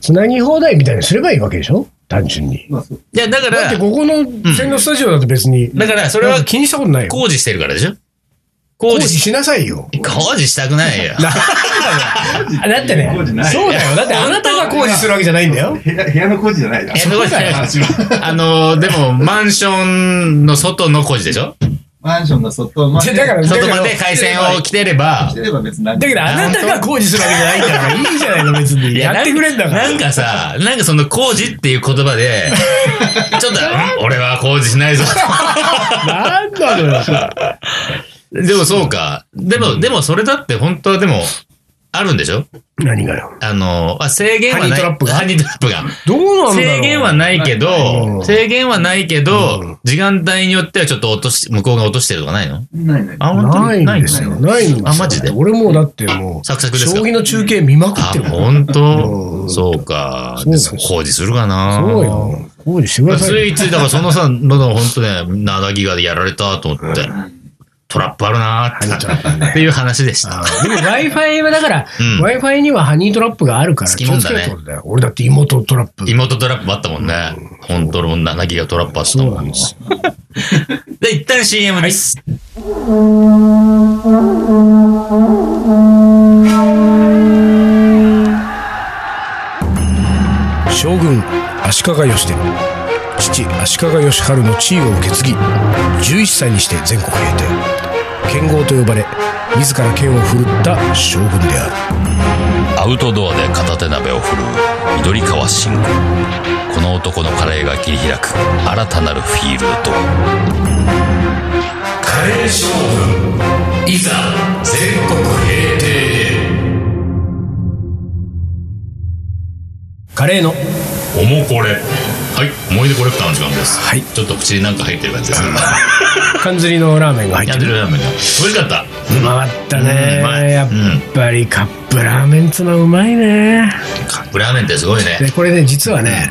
Speaker 1: つなぎ放題みたいにすればいいわけでしょ単純に。
Speaker 2: いや、だか
Speaker 1: だって
Speaker 2: ら、
Speaker 1: ここの線路スタジオだと別に。
Speaker 2: だからそれは
Speaker 1: なん気にしたことないよ。
Speaker 2: 工事してるからでしょ
Speaker 1: 工
Speaker 2: 工
Speaker 1: 事
Speaker 2: 事し、
Speaker 1: しなさいよ。
Speaker 2: 工事したくない
Speaker 1: *laughs*
Speaker 2: よ。
Speaker 1: だってね、そうだよ。だってあなたが工事するわけじゃないんだよ。
Speaker 3: 部屋部屋の工事じゃないな。
Speaker 2: え、どこだよ。あの、でも、マンションの外の工事でしょ
Speaker 3: マンションの外まで。
Speaker 1: だから、だけ
Speaker 2: *laughs* 外
Speaker 1: ど、
Speaker 2: まで
Speaker 1: だ
Speaker 2: 回線を来てれば
Speaker 3: し、てれば別に何
Speaker 1: けどあなたが工事するわけじゃないんだから、いいじゃないの、別に。やってくれんだから。
Speaker 2: なんかさ、なんかその工事っていう言
Speaker 1: *laughs*
Speaker 2: 葉で、ちょっと、ん俺は工事しないぞ。
Speaker 1: なんだろう。
Speaker 2: でもそうか。でも、でもそれだって本当はでも、あるんでしょ
Speaker 1: 何がよ。
Speaker 2: あの、あ制限はない。
Speaker 1: ハニートラップが
Speaker 2: ハニートラップが。
Speaker 1: どうなんだろう。
Speaker 2: 制限はないけ
Speaker 1: うん
Speaker 2: ど、制限はないけど、
Speaker 1: うん
Speaker 2: 時間帯によってはちょっと落とし、向こうが落としてるとかないの
Speaker 3: ないない。
Speaker 2: あ、本当
Speaker 1: ない
Speaker 2: に
Speaker 1: んですよ。ないんですよ。
Speaker 2: あマジで
Speaker 1: 俺もうだってもう、
Speaker 2: サクサクですか
Speaker 1: 将棋の中継見まくっ
Speaker 2: あ
Speaker 1: てる、もん。
Speaker 2: 本
Speaker 1: うん
Speaker 2: 当そうか。
Speaker 1: そうだ
Speaker 2: で
Speaker 1: よ
Speaker 2: そう工事するかな。
Speaker 1: そうよ。工事してください
Speaker 2: つ
Speaker 1: よ。
Speaker 2: いつい、だからそのさ、のの本当ね、7ギガでやられたと思って、トラップあるな
Speaker 1: ハニートラップ
Speaker 2: ーって、っていう話でした。
Speaker 1: でも Wi-Fi はだから、
Speaker 2: うん
Speaker 1: Wi-Fi にはハニートラップがあるから、
Speaker 2: 好きもんだね
Speaker 1: 気をつけってことだよ俺だって妹トラップ。
Speaker 2: 妹トラップあったもんね。本当の7ギガトラップあった
Speaker 1: そう
Speaker 2: も
Speaker 1: なん
Speaker 2: ん
Speaker 1: で。すよ。
Speaker 2: で、一旦 CM です。
Speaker 1: 将軍足利義で父足利義晴の地位を受け継ぎ11歳にして全国平定剣豪と呼ばれ自ら剣を振るった将軍である
Speaker 2: アウトドアで片手鍋を振るう緑川慎吾この男のカレーが切り開く新たなるフィールドカレー将軍いざ全国平定
Speaker 1: カレーの
Speaker 2: おもこれはい思い出コレクターの時間です
Speaker 1: はい
Speaker 2: ちょっと口になんか入ってる感じですね
Speaker 1: 缶釣りのラーメンが入っ
Speaker 2: や
Speaker 1: て
Speaker 2: って
Speaker 1: る
Speaker 2: るラーメンが美味しかった
Speaker 1: うまかった
Speaker 2: うん
Speaker 1: ね
Speaker 2: うまい
Speaker 1: やっぱりカップラーメンっつうのはうまいね
Speaker 2: カップラーメンってすごいね
Speaker 1: でこれね実はね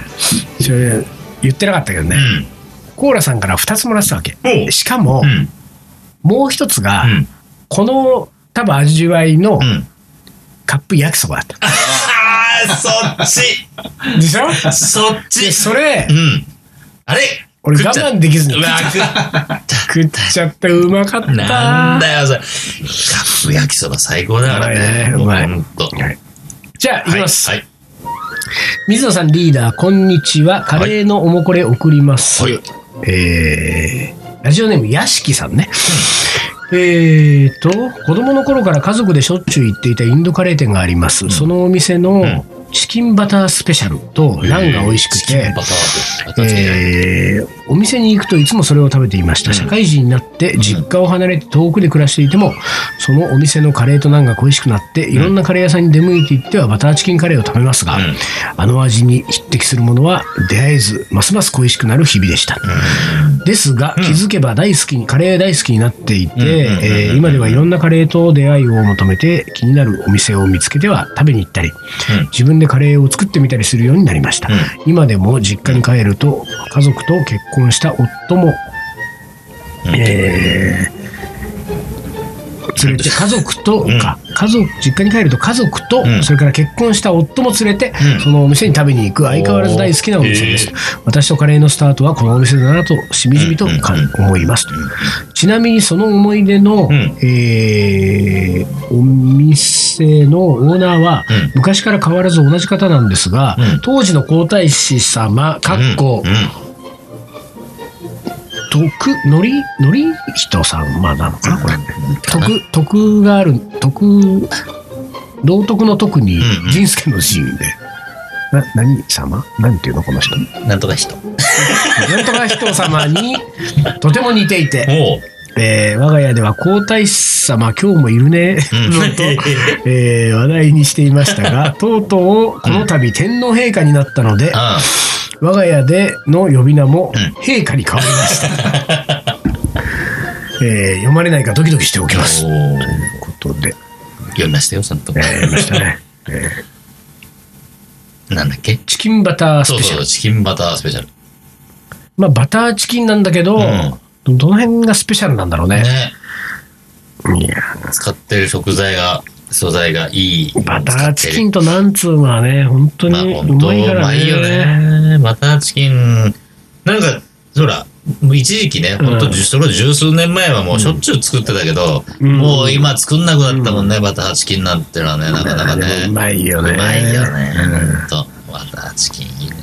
Speaker 1: それ言ってなかったけどね、コーラさんから2つもらってたわけ
Speaker 2: おう
Speaker 1: しかも、
Speaker 2: うんうん
Speaker 1: もう一つが、
Speaker 2: うん
Speaker 1: この多分味わいの
Speaker 2: うん。
Speaker 1: カップ焼きそばだった。
Speaker 2: ああ、そっち。
Speaker 1: でしょ
Speaker 2: そっち。
Speaker 1: でそれ
Speaker 2: う、ん。あれ
Speaker 1: 俺
Speaker 2: 食っちゃ
Speaker 1: 我慢できずに
Speaker 2: うわ、食っ
Speaker 1: 食っちゃってうまかった。
Speaker 2: なんだよ、それ。カップ焼きそば最高だからね。
Speaker 1: うまいねうまい
Speaker 2: ほんと。はい
Speaker 1: じゃあ、いきます。
Speaker 2: はい。
Speaker 1: 水野さんリーダー、こんにちは。カレーのおもこれ送ります。
Speaker 2: はい。
Speaker 1: えーラジオネーム、屋敷さんね。えーと、子供の頃から家族でしょっちゅう行っていたインドカレー店があります。そのお店のチキンバタースペシャルとナンが美味しく
Speaker 2: チキン
Speaker 1: て
Speaker 2: バ、ターで。
Speaker 1: えーお店に行くといつもそれを食べていました。社会人になって実家を離れて遠くで暮らしていても、そのお店のカレーとナンが恋しくなって、いろんなカレー屋さんに出向いていってはバターチキンカレーを食べますが、
Speaker 2: うん
Speaker 1: あの味に匹敵するものは出会えず、ますます恋しくなる日々でした。ですが、気づけば大好きに、カレー大好きになっていて、
Speaker 2: うん
Speaker 1: えー今ではいろんなカレーと出会いを求めて気になるお店を見つけては食べに行ったり、
Speaker 2: うん
Speaker 1: 自分でカレーを作ってみたりするようになりました。
Speaker 2: うん
Speaker 1: *laughs* 今でも実家に帰ると、家族と結婚した夫も、
Speaker 2: うん
Speaker 1: えー連れて家族と
Speaker 2: うん
Speaker 1: か、家族実家に帰ると家族と、
Speaker 2: うん
Speaker 1: それから結婚した夫も連れて、
Speaker 2: うん
Speaker 1: そのお店に食べに行く相変わらず大好きなお店です
Speaker 2: おーへ、
Speaker 1: 私とカレーのスタートはこのお店だなとしみじみと感思います、ちなみにその思い出の、
Speaker 2: うん
Speaker 1: えーお店のオーナーは、
Speaker 2: うん
Speaker 1: 昔から変わらず同じ方なんですが、
Speaker 2: うん
Speaker 1: 当時の皇太子様かっこ、
Speaker 2: うんうん
Speaker 1: 徳のりのり人さんまあなのかなこれ徳徳がある徳道徳の徳に
Speaker 2: うんうん
Speaker 1: 仁助の仁で、な何様何ていうのこの
Speaker 2: *laughs*
Speaker 1: 人
Speaker 2: なんとか人。
Speaker 1: なんとか人様にとても似ていて、
Speaker 2: おう。
Speaker 1: えー我が家では皇太子様今日もいるね、
Speaker 2: *laughs* うん
Speaker 1: のと、えー話題にしていましたがとうとうこの度天皇陛下になったので、
Speaker 2: あ
Speaker 1: 我が家での呼び名も
Speaker 2: うん
Speaker 1: 陛下に変わりました、
Speaker 2: *laughs*
Speaker 1: えー読まれないかドキドキしておき
Speaker 2: あ。
Speaker 1: ますという
Speaker 2: おう
Speaker 1: ことで
Speaker 2: 読みましたよ、ちゃんと。
Speaker 1: やりましたね
Speaker 2: なんだっけ
Speaker 1: チキンバタース
Speaker 2: そう
Speaker 1: ペシャ
Speaker 2: そ
Speaker 1: ル
Speaker 2: う、チキンバタースペシャル。
Speaker 1: まあバターチキンなんだけど、
Speaker 2: うん
Speaker 1: どの辺がスペシャルなんだろうね
Speaker 2: ね。
Speaker 1: いや
Speaker 2: 使ってる食材が、素材がいい。
Speaker 1: バターチキ
Speaker 2: ン。
Speaker 1: ンとなんつうのはね本当
Speaker 2: まあ、
Speaker 1: にう
Speaker 2: 本当
Speaker 1: まいか
Speaker 2: う
Speaker 1: ら
Speaker 2: まいよ
Speaker 1: ね,、
Speaker 2: ね。バターチキン。なんか、そら、もう一時期ね、ほん
Speaker 1: う
Speaker 2: と、
Speaker 1: ん
Speaker 2: それ十数年前はもうしょっちゅう作ってたけど、
Speaker 1: うん
Speaker 2: もう今作んなくなったもんね、バターチキンなんてのはね、なかなかね。
Speaker 1: うまいよね
Speaker 2: うまいよね。ほんと、バターチキンいいね。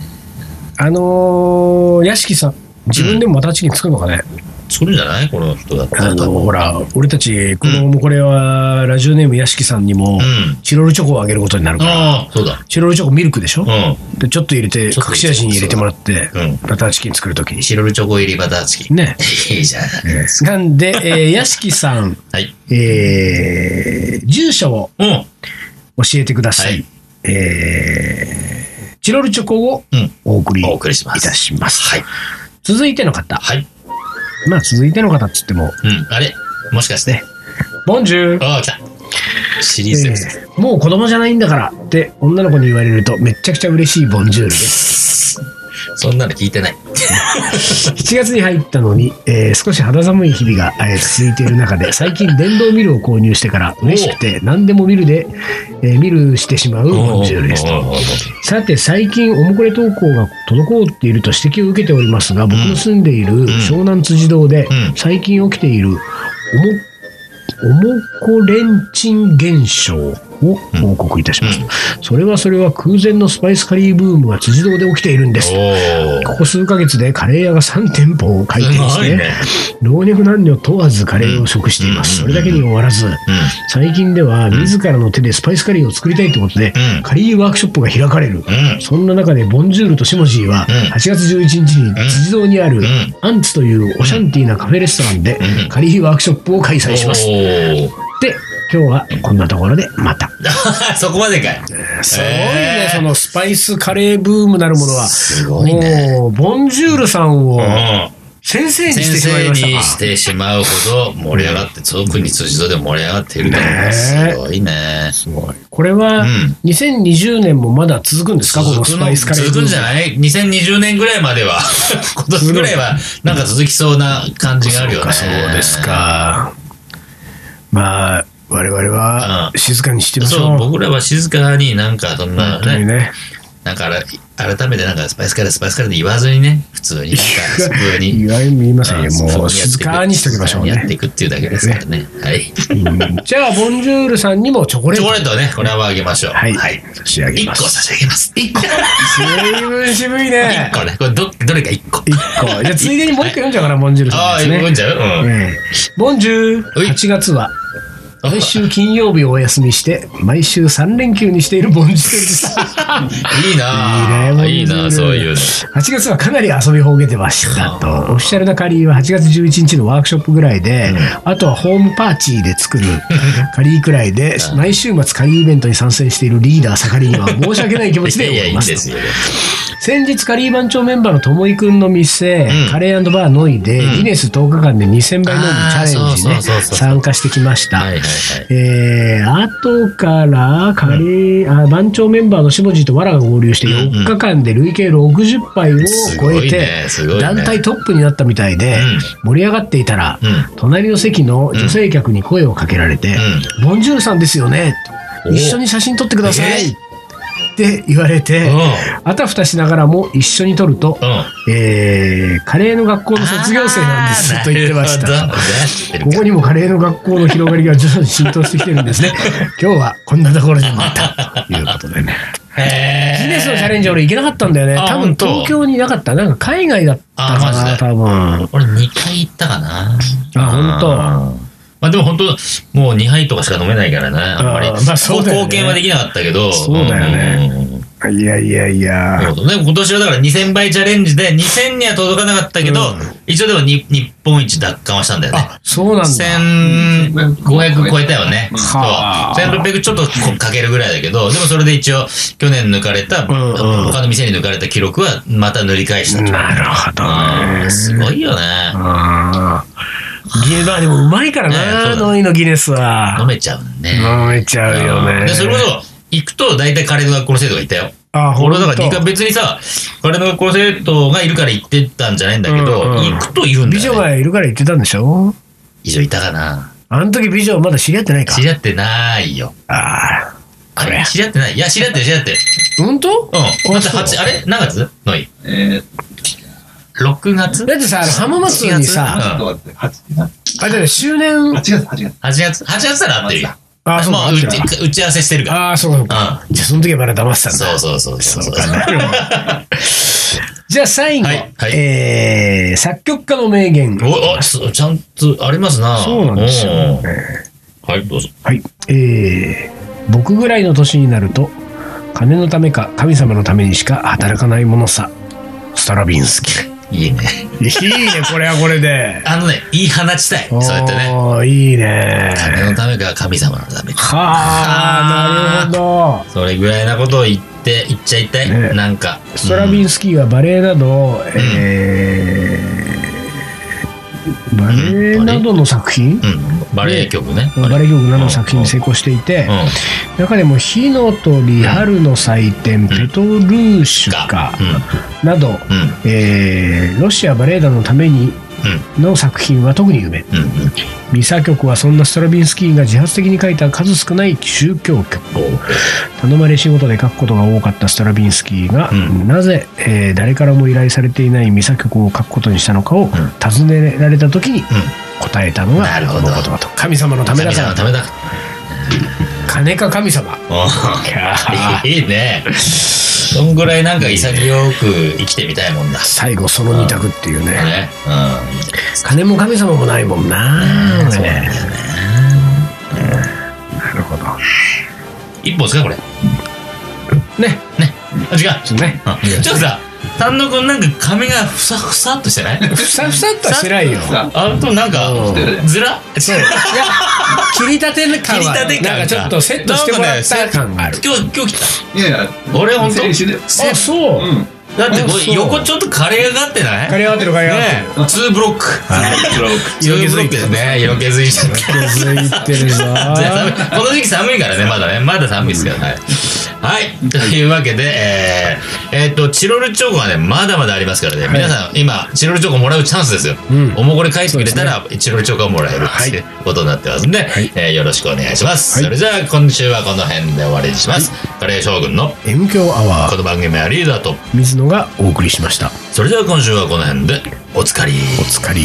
Speaker 1: あのー屋敷さん自分でもバターチキン作るのかね、
Speaker 2: 作るんじゃないこの人だった
Speaker 1: あ
Speaker 2: ら。
Speaker 1: の
Speaker 2: うん。
Speaker 1: ほら俺たちこの、これはラジオネーム屋敷さんにも、チロルチョコをあげることになるから、
Speaker 2: ああ、そうだ。
Speaker 1: チロルチョコミルクでしょ、
Speaker 2: う
Speaker 1: でちょっと入れて隠
Speaker 2: ちょっと入れて
Speaker 1: し味に入れてもらって、
Speaker 2: うん
Speaker 1: バターチキン作るときに
Speaker 2: ん。チロルチョコ入りバターチキン。
Speaker 1: ね
Speaker 2: いいじゃん。
Speaker 1: なんで、えー屋敷さん、
Speaker 2: はい。
Speaker 1: えー住所を
Speaker 2: うん。
Speaker 1: 教えてください、
Speaker 2: はい
Speaker 1: えーチロルチョコを
Speaker 2: うん。
Speaker 1: お送りい
Speaker 2: お送りします。
Speaker 1: たします
Speaker 2: はい。
Speaker 1: 続いての方
Speaker 2: はい。
Speaker 1: まあ続いての方っつっても
Speaker 2: うん。あれもしかして。
Speaker 1: ボンジュール
Speaker 2: ああ、来た。シリーズですね。
Speaker 1: えーもう子供じゃないんだからって女の子に言われるとめっちゃくちゃ嬉しいボンジュール
Speaker 2: *laughs*
Speaker 1: です
Speaker 2: そんなの聞いてない。
Speaker 1: 7月に入ったのに、えー少し肌寒い日々が、えー続いている中で最近電動ミルを購入してから嬉しくて何でもミルで、えーミルしてしまうボンジュールです
Speaker 2: おうおうおうおう
Speaker 1: さて最近おもこれ投稿が滞っていると指摘を受けておりますが僕の住んでいる湘南辻堂で
Speaker 2: うん
Speaker 1: 最近起きているおもおもこレンチン現象を報告いたします、
Speaker 2: うん
Speaker 1: それはそれは空前のスパイスカリーブームが辻堂で起きているんです
Speaker 2: お
Speaker 1: ここ数ヶ月でカレー屋が3店舗を開
Speaker 2: ー
Speaker 1: 店
Speaker 2: す
Speaker 1: し
Speaker 2: ごい
Speaker 1: て、
Speaker 2: ね。
Speaker 1: 老若男女問わずカレーを食しています。
Speaker 2: う
Speaker 1: そ
Speaker 2: ん
Speaker 1: れだけに終わらず、
Speaker 2: う
Speaker 1: 最近では自らの手でスパイスカリーを作りたいということで、
Speaker 2: うん
Speaker 1: カリーワークショップが開かれる。
Speaker 2: ん。うん。
Speaker 1: そんな中で、ボンジュールとシモジーは、
Speaker 2: うん
Speaker 1: 8月11日に辻堂にある
Speaker 2: ん
Speaker 1: アンツというオシャンティーなカフェレストランで
Speaker 2: うん
Speaker 1: カリーワークショップを開催します。
Speaker 2: おー *laughs*
Speaker 1: で、今日はこんなところでまた。
Speaker 2: そこまでかい。
Speaker 1: すごいね
Speaker 2: え、ー
Speaker 1: そのスパイスカレーブームなるものは。
Speaker 2: すごいね。
Speaker 1: もう、ボンジュールさんを、
Speaker 2: うん。
Speaker 1: 先生に
Speaker 2: 先
Speaker 1: してしまい
Speaker 2: 生
Speaker 1: ました
Speaker 2: に
Speaker 1: か
Speaker 2: してしまうほど盛り上がって、特に辻堂で盛り上がっていると思います。
Speaker 1: ねえ
Speaker 2: すごいね。
Speaker 1: これは
Speaker 2: うん
Speaker 1: 2020年もまだ続くんですか、このスパイスカレー
Speaker 2: 続くんじゃない2020年ぐらいまでは *laughs* 今年ぐらいはなんか続きそうな感じがあるよね
Speaker 1: そうかそうですかまあ、我々は
Speaker 2: う
Speaker 1: 静かにしてみまし
Speaker 2: そ
Speaker 1: ょ
Speaker 2: う、
Speaker 1: う。
Speaker 2: 僕らは静かになんか、そんな
Speaker 1: 本当に
Speaker 2: ね、
Speaker 1: ね。
Speaker 2: なんかあら改めてなんかスパイスカレー、スパイスカレーで言わずにね、普通に、なんか普通に。
Speaker 1: いわゆる言いませんよ。
Speaker 2: あ
Speaker 1: もう
Speaker 2: そうやっていく
Speaker 1: 静かにしておきましょう
Speaker 2: やってい
Speaker 1: ね。
Speaker 2: くっていうだけですからね。はい。
Speaker 1: うんじゃあ、ボンジュールさんにもチョコレー
Speaker 2: チョ
Speaker 1: ト。
Speaker 2: コレートはね、これはあげましょう。
Speaker 1: はい
Speaker 2: はい。
Speaker 1: 差し上げ
Speaker 2: 1
Speaker 1: ま
Speaker 2: 個
Speaker 1: す。
Speaker 2: 差し上げます。1個。
Speaker 1: 随分渋いね
Speaker 2: 1。個ね。これど、どれか1個。
Speaker 1: 一個。じゃあ、ついでにもう一個読んじゃうから、ボンジュール
Speaker 2: あ
Speaker 1: さん
Speaker 2: あ、
Speaker 1: です
Speaker 2: 読
Speaker 1: ね
Speaker 2: ん。じゃううん。
Speaker 1: ええボンジュー
Speaker 2: う
Speaker 1: ル
Speaker 2: い
Speaker 1: 8月は毎週金曜日をお休みして毎週3連休にしているボンジュールです
Speaker 2: いいなぁ。
Speaker 1: いいね
Speaker 2: いいなぁ、そういうの。
Speaker 1: 8月はかなり遊びほうけてましたとオフィシャルなカリーは8月11日のワークショップぐらいで、あとはホームパーティーで作
Speaker 2: *laughs*
Speaker 1: るカリーくらいで毎週末カリーイベントに参戦しているリー
Speaker 2: *laughs*
Speaker 1: ダー盛りには申し訳ない気持ちで
Speaker 2: いやい
Speaker 1: お
Speaker 2: や、い
Speaker 1: り
Speaker 2: いん
Speaker 1: ます
Speaker 2: で
Speaker 1: と
Speaker 2: すよ。
Speaker 1: 先日カリー番長メンバーのともいくんの店、
Speaker 2: ん
Speaker 1: カレーバーノイで、ギネス10日間で2000杯飲むチャレンジね
Speaker 2: あーそうそうそうそう
Speaker 1: 参加してきました、
Speaker 2: はいはいはい。
Speaker 1: えー、後からカレー、あ番長メンバーのしぼじとわらが合流して
Speaker 2: うんうん
Speaker 1: 4日間で累計60杯を
Speaker 2: す
Speaker 1: 超
Speaker 2: ご
Speaker 1: え
Speaker 2: い
Speaker 1: て、
Speaker 2: ねすごいね
Speaker 1: 団体トップになったみたいで、
Speaker 2: うん
Speaker 1: 盛り上がっていたら、
Speaker 2: う
Speaker 1: 隣の席の女性客に声をかけられて「ボンジュールさんですよね」と
Speaker 2: お
Speaker 1: 一緒に写真撮ってください」
Speaker 2: えー
Speaker 1: って言われて、
Speaker 2: うん。
Speaker 1: あたふたしながらも一緒に撮ると、
Speaker 2: うん。
Speaker 1: えーカレーの学校の卒業生なんですと言ってまし
Speaker 2: な
Speaker 1: た。
Speaker 2: るほど出してる
Speaker 1: ここにもカレーの学校の広がりが徐々に浸透してきてるんですね。 *laughs* 今日はこんなところでまた、ということでね。
Speaker 2: へー
Speaker 1: ギネスのチャレンジ俺行けなかったんだよね。
Speaker 2: あ
Speaker 1: 多分
Speaker 2: 本当
Speaker 1: 東京にいなかった。なんか海外だったか
Speaker 2: あマジ
Speaker 1: な、
Speaker 2: で
Speaker 1: 多分。
Speaker 2: 俺2回行ったかな。
Speaker 1: あ本
Speaker 2: 当。まあでも本当、もう2杯とかしか飲めないからね、あんまり。
Speaker 1: あーまあそうだよね
Speaker 2: 貢献はできなかったけど。
Speaker 1: そうだよね
Speaker 2: うんうんうんうん。
Speaker 1: いやいやい
Speaker 2: なる
Speaker 1: や。
Speaker 2: ほどね今年はだから2000倍チャレンジで2000には届かなかったけど、一応でもに日本一奪還はしたんだよね。
Speaker 1: そうなんだ。
Speaker 2: 1500超えたよね。そう
Speaker 1: はあ
Speaker 2: 1600ちょっとこうかけるぐらいだけど、でもそれで一応去年抜かれた、
Speaker 1: んうん
Speaker 2: 他の店に抜かれた記録はまた塗り返したと。
Speaker 1: なるほど
Speaker 2: うん
Speaker 1: ね。
Speaker 2: すごいよね。
Speaker 1: あーギネまあでもうまいから
Speaker 2: ねそう
Speaker 1: な、
Speaker 2: だね
Speaker 1: ノイのギネスは
Speaker 2: 飲。めちゃうね。
Speaker 1: 飲めちゃうよね。
Speaker 2: で、それこそ、行くと大体カレーの学校の生徒がいたよ。
Speaker 1: あ、ほ
Speaker 2: 俺
Speaker 1: ら、
Speaker 2: はだから二回別にさ、カレーの学校の生徒がいるから行ってたんじゃないんだけど、
Speaker 1: うんうん
Speaker 2: 行くといるんだ
Speaker 1: 美女
Speaker 2: よ、ね。
Speaker 1: がいるから言ってたんでしょ
Speaker 2: 以上いたかな。
Speaker 1: あの時美女はまだ知り合ってないか
Speaker 2: 知。り合ってないよ。
Speaker 1: ああ。
Speaker 2: あ
Speaker 1: これ
Speaker 2: れ知り合ってないいや、知り合ってる、知り合ってる。
Speaker 1: 本当
Speaker 2: うん。だって
Speaker 1: そう
Speaker 2: 八あれ何月のい
Speaker 3: えー、
Speaker 2: ?6 月
Speaker 1: だってさ、あの浜松にさ、
Speaker 3: ちょっと待って、8、
Speaker 1: あ、だって周年、
Speaker 3: 8月、8月。
Speaker 2: ?8 月 ?8 月なら合ってるよ。
Speaker 1: ああ、そう
Speaker 2: も
Speaker 1: か、
Speaker 2: う
Speaker 1: 合
Speaker 2: 打
Speaker 1: ってるな
Speaker 2: ち打ち合わせしてるか
Speaker 1: ああ、そうかそう
Speaker 2: ら。
Speaker 1: か。じゃあ、その時はまだ騙して
Speaker 2: うん。
Speaker 1: たんだ。
Speaker 2: そうそうそうそうそう。
Speaker 1: じゃあ、最後
Speaker 2: はい、はい
Speaker 1: えー作曲家の名言。
Speaker 2: お、お、そうちゃんとありますな。
Speaker 1: そうなんですよ
Speaker 2: おーはい、どうぞ。
Speaker 1: はい。えー僕ぐらいの年になると、金のためか神様のためにしか働かないものさ。ストラビンス
Speaker 2: *laughs*
Speaker 1: キー。
Speaker 2: いいね。
Speaker 1: いいね、これはこれで。
Speaker 2: あのね、言い放ちたい。そうやってね。
Speaker 1: おーいいね。
Speaker 2: 金のためか神様のためか。
Speaker 1: はあ、なるほ
Speaker 2: それぐらいなことを言って、言っちゃいたい。
Speaker 1: ね
Speaker 2: なんか。
Speaker 1: ど。ストラビンスキーはバレエなど、えーバレエなどの作品、
Speaker 2: うんうん。バレエ曲ね。
Speaker 1: バレエ曲などの作品に
Speaker 2: うん
Speaker 1: 成功していて、
Speaker 2: うん。
Speaker 1: 中でも「火の鳥」「春の祭典」ペトルーシュ
Speaker 2: が
Speaker 1: カ」など、
Speaker 2: うん。うん。
Speaker 1: えーロシアバレエ団のためにの作品は特に有名
Speaker 2: うん。うん。うん
Speaker 1: ミサ曲はそんなストラビンスキーが自発的に書いた数少ない宗教曲頼まれ仕事で書くことが多かったストラビンスキーが、
Speaker 2: うん
Speaker 1: なぜ、えー誰からも依頼されていないミサ曲を書くことにしたのかを尋ねられた時に答えたのが
Speaker 2: なる
Speaker 1: こ
Speaker 2: ほ
Speaker 1: の
Speaker 2: ど
Speaker 1: 言葉と神様のためだ
Speaker 2: 神
Speaker 1: か
Speaker 2: 様
Speaker 1: ら
Speaker 2: のためだ。
Speaker 1: 金か神様
Speaker 2: うん
Speaker 1: いやー
Speaker 2: いいね。そんぐらいなんか潔く生きてみたいもんだ。
Speaker 1: 最後その二択っていうね
Speaker 2: ね。うん。いいじゃないですか。
Speaker 1: 金も神様もないもんな、
Speaker 2: そうなんだ
Speaker 1: ね
Speaker 2: よね。
Speaker 1: なるほど
Speaker 2: 一本ですかこれ。
Speaker 1: ね
Speaker 2: ね。あ、違う。
Speaker 1: そうね
Speaker 2: うんちょっとさ、丹野くんなんか髪がふさふさっとしてない
Speaker 1: ふさふさっとはしてないよ
Speaker 3: さあ、
Speaker 2: あとなん
Speaker 1: う
Speaker 2: か
Speaker 1: ん、
Speaker 2: ずら
Speaker 1: そういや切り立て感は
Speaker 2: 切り立て感か
Speaker 1: なんかちょっとセットしてもらった感がある
Speaker 2: 今日、今日来
Speaker 3: いやいや、
Speaker 2: 俺ほんと
Speaker 3: 選手で。
Speaker 1: あそう、
Speaker 3: うん。
Speaker 2: だってこ
Speaker 1: あそう
Speaker 2: れ横ちょっと枯れ上がってない
Speaker 1: カレー合ってるカレー合ってる
Speaker 2: ねえ、2ブロック。色気づいてるね。色気づいちゃって。
Speaker 1: 続いてるぞ
Speaker 2: *laughs* 寒いこの時期寒いからね、まだね。まだ寒いですからね。はい。というわけで、えーえーっと、チロルチョコはね、まだまだありますからね。皆さん、今、チロルチョコもらうチャンスですよ。
Speaker 1: うん
Speaker 2: おもこれ返してくれたら、チロルチョコがもらえるっていうことになってますんで、
Speaker 1: い
Speaker 2: えーよろしくお願いします。
Speaker 1: はい
Speaker 2: それじゃあ、今週はこの辺で終わりにします。カレー将軍の
Speaker 1: M 強アワ
Speaker 2: こ
Speaker 1: ー
Speaker 2: の番組はリーダーと、
Speaker 1: 水野がお送りしました
Speaker 2: それでは今週はこの辺で、おつかり。
Speaker 1: お疲れ